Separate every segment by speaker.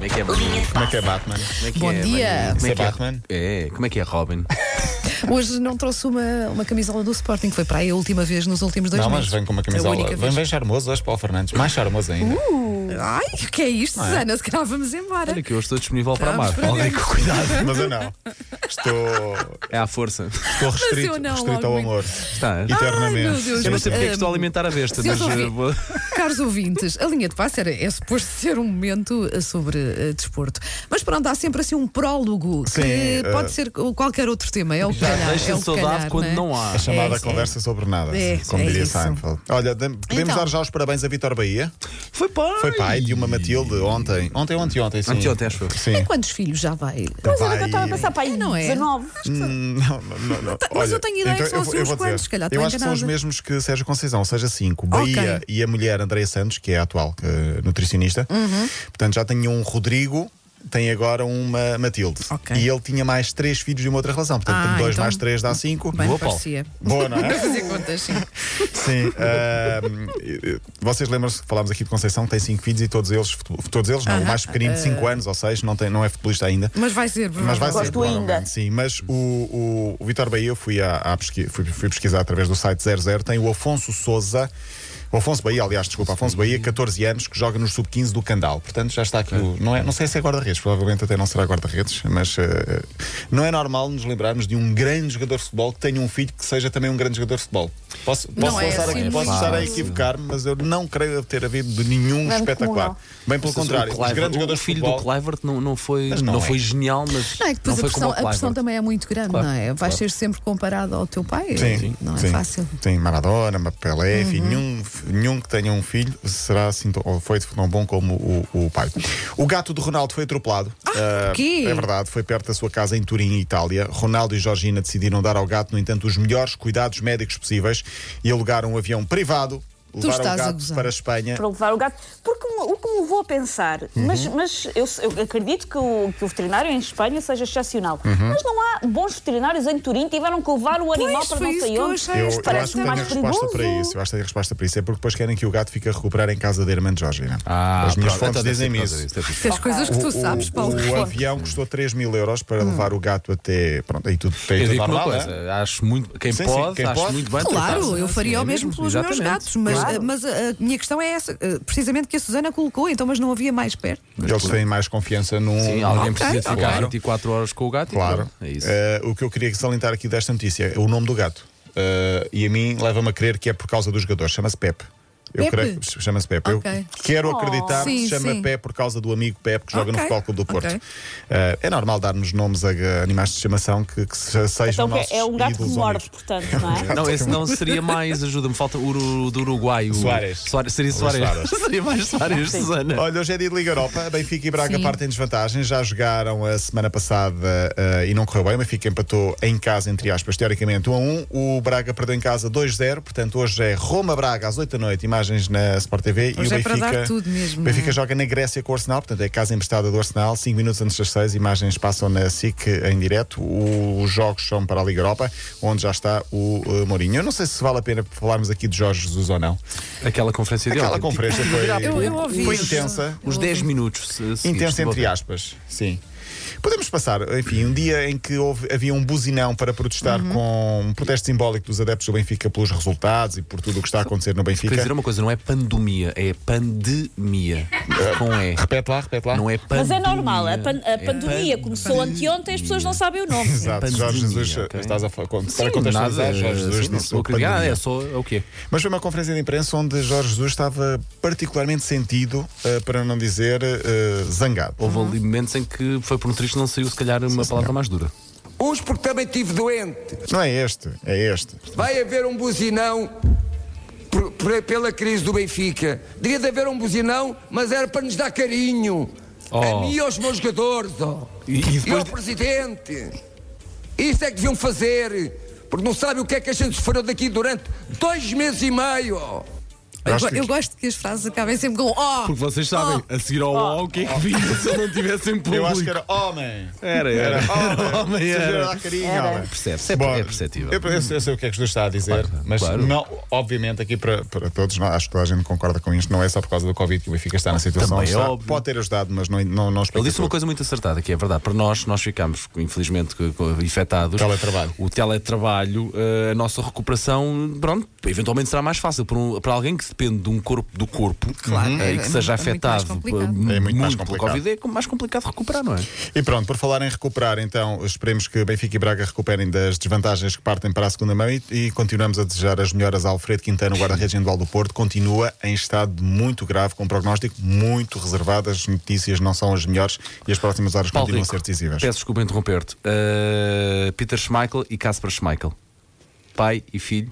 Speaker 1: Como é que é Batman?
Speaker 2: Como é que é Batman?
Speaker 1: Como é que
Speaker 3: Bom
Speaker 1: é
Speaker 3: dia.
Speaker 1: Batman? Como é
Speaker 2: Ser
Speaker 1: que é-
Speaker 2: Batman?
Speaker 1: É, como é que é Robin?
Speaker 3: Hoje não trouxe uma, uma camisola do Sporting, que foi para aí a última vez nos últimos dois
Speaker 2: Não, mas
Speaker 3: meses. É
Speaker 2: vem com uma
Speaker 3: A
Speaker 2: camisola.
Speaker 3: única
Speaker 2: Vem
Speaker 3: vez. Uh!
Speaker 2: bem charmoso hoje, Paulo Fernandes. Mais charmoso ainda.
Speaker 3: Ai, o que é isto, Susana? Se calhar vamos embora.
Speaker 1: Olha que eu estou disponível para
Speaker 3: Vamos
Speaker 1: amar.
Speaker 3: para
Speaker 1: Alguém com cuidado.
Speaker 2: Mas eu não. Estou,
Speaker 1: É à força.
Speaker 2: estou restrito,
Speaker 3: eu não,
Speaker 2: restrito
Speaker 3: logo
Speaker 2: ao
Speaker 3: muito.
Speaker 2: amor.
Speaker 1: Está.
Speaker 2: Eternamente.
Speaker 3: meu Deus.
Speaker 1: Eu não sei porque é
Speaker 3: Hum,
Speaker 1: que estou a alimentar a besta,
Speaker 3: se eu
Speaker 1: mas
Speaker 3: só vi-
Speaker 1: eh, vou-
Speaker 3: Caros ouvintes, a linha de passe era, é suposto ser um momento eh, sobre eh, desporto. Mas pronto, há sempre assim um prólogo
Speaker 2: Sim,
Speaker 3: que
Speaker 2: eh,
Speaker 3: pode ser o- qualquer outro tema. É o que
Speaker 1: já
Speaker 3: calhar. é
Speaker 1: deixa
Speaker 3: o que
Speaker 1: saudade
Speaker 3: calhar,
Speaker 1: quando
Speaker 3: é?
Speaker 1: não há.
Speaker 2: A chamada
Speaker 3: É, sim.
Speaker 2: conversa sobre nada,
Speaker 3: É,
Speaker 2: como
Speaker 3: é
Speaker 2: diria
Speaker 3: isso.
Speaker 2: Seinfeld. Olha, de- podemos
Speaker 3: Então.
Speaker 2: dar já os parabéns a Vitor Bahia.
Speaker 1: Foi pai.
Speaker 2: Foi pai de uma Matilde ontem. Ontem, ontem, ontem, sim.
Speaker 1: Anteontem, acho eu.
Speaker 2: Sim.
Speaker 3: Quantos filhos já vai?
Speaker 4: Mas eu nunca
Speaker 2: Vai.
Speaker 4: estava a pensar para aí,
Speaker 3: Não é?
Speaker 4: 19.
Speaker 2: Hum, Não, não, não, não.
Speaker 3: Então, Mas eu tenho ideia que são assim uns quantos, se calhar,
Speaker 2: Eu
Speaker 3: estou
Speaker 2: acho que são os
Speaker 3: enganada.
Speaker 2: mesmos que Sérgio Conceição, ou seja, cinco. Bahia
Speaker 3: Ok.
Speaker 2: e a mulher Andréia Santos, que é a atual eh, nutricionista.
Speaker 3: Uhum.
Speaker 2: Portanto, já tinha um Rodrigo, tem agora uma Matilde.
Speaker 3: Ok.
Speaker 2: E ele tinha mais três filhos de uma outra relação. Portanto,
Speaker 3: Ah,
Speaker 2: tem dois
Speaker 3: então-
Speaker 2: mais três dá cinco.
Speaker 3: Bem,
Speaker 1: Boa, Paulo.
Speaker 3: parecia.
Speaker 2: Boa, não
Speaker 3: Para
Speaker 2: é?
Speaker 3: fazer contas, sim.
Speaker 2: Sim. ahm, eh, eh, vocês lembram-se que falámos aqui de Conceição, que tem cinco filhos e todos eles, futu- todos eles não, o
Speaker 3: Aham, Eh.
Speaker 2: mais pequenino de cinco anos ou seis, não, tem, não é futebolista ainda.
Speaker 3: Mas vai ser,
Speaker 2: Uhum. Mas vai
Speaker 3: provavelmente.
Speaker 2: ser,
Speaker 4: Gosto ainda.
Speaker 2: provavelmente, sim. Mas o, o, o Vitor Bahia, eu fui, à, à pesqui- fui, fui pesquisar através do site 00, tem o Afonso Souza. O Afonso Bahia, aliás, desculpa, Afonso Bahia, 14 anos, que joga no sub-15 do Candal. Portanto, já está aqui. o- não, é, não sei se é guarda-redes, provavelmente até não será guarda-redes, mas eh, não é normal nos lembrarmos de um grande jogador de futebol que tenha um filho que seja também um grande jogador de futebol. Posso,
Speaker 3: Não
Speaker 2: posso,
Speaker 3: é
Speaker 2: lançar
Speaker 3: assim
Speaker 2: aqui- posso
Speaker 3: muito
Speaker 2: estar a
Speaker 1: fácil.
Speaker 2: equivocar-me, mas eu não creio ter havido de nenhum
Speaker 4: Grande
Speaker 2: espetacular.
Speaker 4: comum,
Speaker 2: Bem pelo contrário,
Speaker 1: o,
Speaker 2: os
Speaker 1: Cliver-
Speaker 2: grandes
Speaker 1: o
Speaker 2: jogadores de
Speaker 1: filho
Speaker 2: futebol.
Speaker 1: do Clivert não, não, foi,
Speaker 2: Mas
Speaker 1: não,
Speaker 2: não é.
Speaker 1: foi genial, mas
Speaker 3: Não, é que
Speaker 1: não foi
Speaker 3: depois a, pressão,
Speaker 1: como o
Speaker 3: a pressão
Speaker 1: Clivert.
Speaker 3: também é muito grande,
Speaker 1: Claro,
Speaker 3: não é? Vais
Speaker 1: claro.
Speaker 3: ser sempre comparado ao teu pai. não é
Speaker 2: sim.
Speaker 3: fácil. Uhum.
Speaker 2: Tem Maradona, Pelé, enfim, nenhum, nenhum que tenha um filho será assim tão- ou foi tão bom como o, o pai. O gato de Ronaldo foi atropelado. Ah,
Speaker 3: quê?
Speaker 2: É verdade, foi perto da sua casa em Turim, Itália. Ronaldo e Georgina decidiram dar ao gato, no entanto, os melhores cuidados médicos possíveis e alugaram um avião privado. Levaram
Speaker 3: estás
Speaker 2: o
Speaker 3: a
Speaker 2: gato
Speaker 3: gozar.
Speaker 2: para a Espanha.
Speaker 4: Para levar o gato. Porque me- o que me levou a pensar,
Speaker 2: Uhum.
Speaker 4: mas, mas eu, eu acredito que o, que o veterinário em Espanha seja excepcional.
Speaker 2: Uhum.
Speaker 4: Mas não há bons veterinários em Turim que tiveram que levar o animal
Speaker 3: Pois,
Speaker 4: para
Speaker 3: foi
Speaker 4: não
Speaker 3: isso
Speaker 4: sei
Speaker 3: que eu
Speaker 4: onde.
Speaker 3: achei.
Speaker 2: Eu, eu
Speaker 3: Parece
Speaker 2: acho que tenho a
Speaker 4: mais
Speaker 2: resposta
Speaker 4: perigoso.
Speaker 2: para isso. Eu acho que tenho a resposta para isso. É porque depois querem que o gato fique a recuperar em casa da irmã de Georgina.
Speaker 1: Ah,
Speaker 2: As minhas
Speaker 1: pronto,
Speaker 2: fontes
Speaker 1: então deve ser
Speaker 2: dizem-me
Speaker 1: por
Speaker 2: isso.
Speaker 1: causa disso, deve ser por
Speaker 3: As coisas que tu sabes, Paulo.
Speaker 2: o avião custou 3 mil euros para levar o gato até. Pronto, aí tudo tem
Speaker 1: Eu
Speaker 2: tudo
Speaker 1: digo uma
Speaker 2: normal,
Speaker 1: coisa,
Speaker 2: né?
Speaker 1: acho muito. Quem
Speaker 2: Sim, sim,
Speaker 1: pode,
Speaker 2: quem
Speaker 1: acho
Speaker 2: pode.
Speaker 1: muito bem.
Speaker 3: Claro,
Speaker 1: tratado.
Speaker 3: eu faria
Speaker 1: Sim,
Speaker 3: o
Speaker 1: é
Speaker 3: mesmo pelos meus
Speaker 1: exatamente.
Speaker 3: gatos, mas,
Speaker 4: Claro.
Speaker 3: mas a a minha questão é essa, eh, precisamente que a Susana colocou, então, mas não havia mais perto.
Speaker 2: Eles têm mais confiança num.
Speaker 1: Sim, alguém
Speaker 3: Ok,
Speaker 1: precisa de
Speaker 3: ok.
Speaker 1: ficar 24 horas com o gato. e
Speaker 2: Claro.
Speaker 1: pronto, É isso.
Speaker 2: Eh, o que eu queria salientar aqui desta notícia é o nome do gato. Eh, e a mim leva-me a crer que é por causa do jogador. Chama-se Pepe. Eu
Speaker 3: Pepe?
Speaker 2: creio chama-se Pepe.
Speaker 3: Ok. Oh,
Speaker 2: Eu quero acreditar que
Speaker 3: Sim,
Speaker 2: se chama
Speaker 3: sim.
Speaker 2: Pepe por causa do amigo Pepe que joga no
Speaker 3: Ok,
Speaker 2: Futebol Clube do Porto.
Speaker 3: ok.
Speaker 2: Eh, é normal darmos nomes a a animais de estimação que, que se- sejam
Speaker 4: Então
Speaker 2: nossos
Speaker 4: é um gato que
Speaker 2: ídolos ou
Speaker 4: morde,
Speaker 2: amigos.
Speaker 4: portanto, não
Speaker 2: Tá
Speaker 4: é?
Speaker 1: Não, esse não seria mais, ajuda-me, falta o Uru- do Uruguai. O
Speaker 2: Soares.
Speaker 1: Soares seria
Speaker 2: Luís
Speaker 1: Soares.
Speaker 2: Soares.
Speaker 1: seria mais Soares,
Speaker 4: Sim.
Speaker 1: Susana.
Speaker 2: Olha, hoje é dia de Liga Europa. Benfica e Braga
Speaker 3: Sim.
Speaker 2: partem em desvantagem. Já jogaram a semana passada eh, e não correu bem. O Benfica empatou em casa, entre aspas, teoricamente 1 a 1. O Braga perdeu em casa 2-0. Portanto, hoje é Roma-Braga às 8 da noite. Imagens na Sport TV.
Speaker 3: Hoje
Speaker 2: e o
Speaker 3: é para
Speaker 2: Benfica,
Speaker 3: dar tudo mesmo,
Speaker 2: O Benfica
Speaker 3: não é?
Speaker 2: joga na Grécia com o Arsenal. Portanto, é casa emprestada do Arsenal. 5 minutos antes das 6. Imagens passam na SIC em direto. O- Os jogos são para a Liga Europa, onde já está o eh, Mourinho. Eu não sei se vale a pena falarmos aqui de Jorge Jesus ou não.
Speaker 1: Aquela conferência dele.
Speaker 2: Aquela conferência foi,
Speaker 3: Eu- eu ouvi
Speaker 2: foi
Speaker 3: isso.
Speaker 2: intensa.
Speaker 1: Os 10 minutos. se- seguidos,
Speaker 2: Intenso entre
Speaker 1: volta.
Speaker 2: aspas, sim. Podemos passar, enfim, um dia em que houve- havia um buzinão para protestar com um protesto simbólico dos adeptos do Benfica pelos resultados e por tudo o que está a acontecer no Benfica.
Speaker 1: Quer dizer uma coisa, não é pandemia, é pandemia. Com E.
Speaker 2: Repete lá, repete lá.
Speaker 1: Não é pandemia.
Speaker 4: Mas é normal, a, pan- a
Speaker 1: É
Speaker 4: pandemia começou anteontem, as pessoas não sabem o nome.
Speaker 2: Exato,
Speaker 1: pandemia,
Speaker 2: Jorge Jesus,
Speaker 1: ok.
Speaker 2: estás a falar. Para
Speaker 1: Sim,
Speaker 2: contextualizar,
Speaker 1: nada,
Speaker 2: Jorge Jesus
Speaker 1: sim, não
Speaker 2: disse
Speaker 1: estou a criticar nada,
Speaker 2: pandemia.
Speaker 1: é só é o quê?
Speaker 2: Mas foi uma conferência de imprensa onde Jorge Jesus estava particularmente sentido, eh, para não dizer eh, zangado.
Speaker 1: Houve
Speaker 4: Ah.
Speaker 1: ali momentos em que foi por um triste não saiu, se calhar, uma palavra mais dura.
Speaker 5: Uns porque também tive doente.
Speaker 1: um-
Speaker 2: Não é este, é este.
Speaker 5: Vai haver um buzinão por- por- pela crise do Benfica. Devia de haver um buzinão, mas era para nos dar carinho.
Speaker 1: Oh.
Speaker 5: A mim e aos meus jogadores. oh. ó.
Speaker 1: E- e depois-
Speaker 5: ao presidente. Isto é que deviam fazer. Porque não sabe o que é que a gente sofreu daqui durante dois meses e meio. ó.
Speaker 2: Eu
Speaker 3: Eu,
Speaker 2: acho
Speaker 3: go-
Speaker 2: que-
Speaker 3: eu gosto que as frases acabem sempre com "Oh!" ó.
Speaker 1: Porque vocês sabem,
Speaker 4: Oh.
Speaker 1: a seguir ao ó, o que é que vinha se eu não tivesse em público?
Speaker 2: Eu acho que era homem.
Speaker 1: Era, era.
Speaker 2: Era
Speaker 1: Homem,
Speaker 2: homem.
Speaker 1: era.
Speaker 2: Era. carinho,
Speaker 4: Era.
Speaker 2: homem.
Speaker 1: Percebe-se, é,
Speaker 2: Bom,
Speaker 1: é perceptível.
Speaker 2: Eu, eu sei- eu sei o que é que os dois está a dizer,
Speaker 1: Claro,
Speaker 2: mas
Speaker 1: claro.
Speaker 2: não, obviamente aqui para, para todos, nós, acho que toda a gente concorda com isto, não é só por causa do Covid que o Benfica está na situação.
Speaker 1: Também é
Speaker 2: está-
Speaker 1: óbvio.
Speaker 2: Pode ter ajudado, mas não, não, não explica
Speaker 1: Ele disse uma
Speaker 2: tudo.
Speaker 1: coisa muito acertada, que é verdade. Para nós, nós ficámos, infelizmente, co- co- efetados.
Speaker 2: Teletrabalho.
Speaker 1: O teletrabalho, eh, a nossa recuperação, pronto, eventualmente será mais fácil. Para, um- para alguém que depende de um corpo, do corpo
Speaker 3: Claro,
Speaker 1: eh,
Speaker 3: é-
Speaker 1: e
Speaker 3: é
Speaker 1: que seja
Speaker 3: muito- é muito mais
Speaker 1: afetado
Speaker 3: complicado.
Speaker 1: eh,
Speaker 3: É
Speaker 2: muito mais
Speaker 1: muito pelo
Speaker 2: complicado.
Speaker 1: Covid, é mais complicado recuperar, não é?
Speaker 2: E pronto, por falar em recuperar, então esperemos que Benfica e Braga recuperem das desvantagens que partem para a segunda mão e, e continuamos a desejar as melhoras a Alfredo Quintana, o guarda-redes individual do Porto. Continua em estado muito grave, com um prognóstico muito reservado. As notícias não são as melhores e as próximas horas
Speaker 1: Paulo
Speaker 2: continuam
Speaker 1: Rico,
Speaker 2: a ser decisivas.
Speaker 1: Peço desculpa interromper-te. Eh, Peter Schmeichel e Kasper Schmeichel. Pai e filho.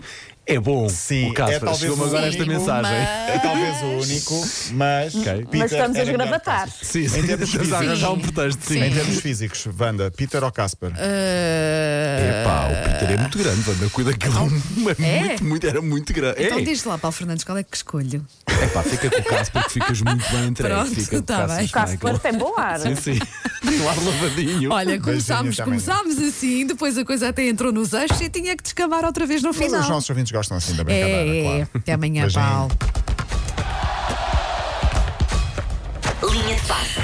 Speaker 1: É bom.
Speaker 2: Sim,
Speaker 1: o Kasper.
Speaker 2: é talvez
Speaker 1: Chegou-me
Speaker 2: o
Speaker 1: agora esta
Speaker 2: único,
Speaker 1: mensagem.
Speaker 2: É talvez o único, mas. Peter
Speaker 4: Mas estamos a
Speaker 2: era melhor que
Speaker 4: esgravatar.
Speaker 2: Cássio.
Speaker 1: Sim,
Speaker 2: Em termos
Speaker 1: estás a arranjar um
Speaker 3: físicos.
Speaker 1: pretexto, sim.
Speaker 2: Em termos físicos, Wanda, Peter ou Casper?
Speaker 3: eh,
Speaker 1: Epá, o Peter é muito grande, Wanda. Cuida que ele é, um- é
Speaker 3: É?
Speaker 1: muito, muito, era muito grande.
Speaker 3: Então
Speaker 1: é.
Speaker 3: diz lá, Paulo Fernandes, qual é que escolho?
Speaker 1: Epá, fica com o caso porque ficas muito bem entregue.
Speaker 3: Pronto,
Speaker 1: fica
Speaker 3: tá
Speaker 1: com
Speaker 3: bem.
Speaker 1: Schmeichel.
Speaker 4: Casper tem é bom ar.
Speaker 1: Sim, sim. Tem ar lavadinho.
Speaker 3: Olha, começámos,
Speaker 2: até amanhã.
Speaker 3: começámos assim, depois a coisa até entrou nos eixos e tinha que descambar outra vez no
Speaker 2: Mas
Speaker 3: final.
Speaker 2: os nossos ouvintes gostam assim da brincadeira,
Speaker 3: é, é,
Speaker 2: claro.
Speaker 3: é. Até amanhã,
Speaker 2: Beijinho.
Speaker 3: Paulo.
Speaker 6: Linha de passe.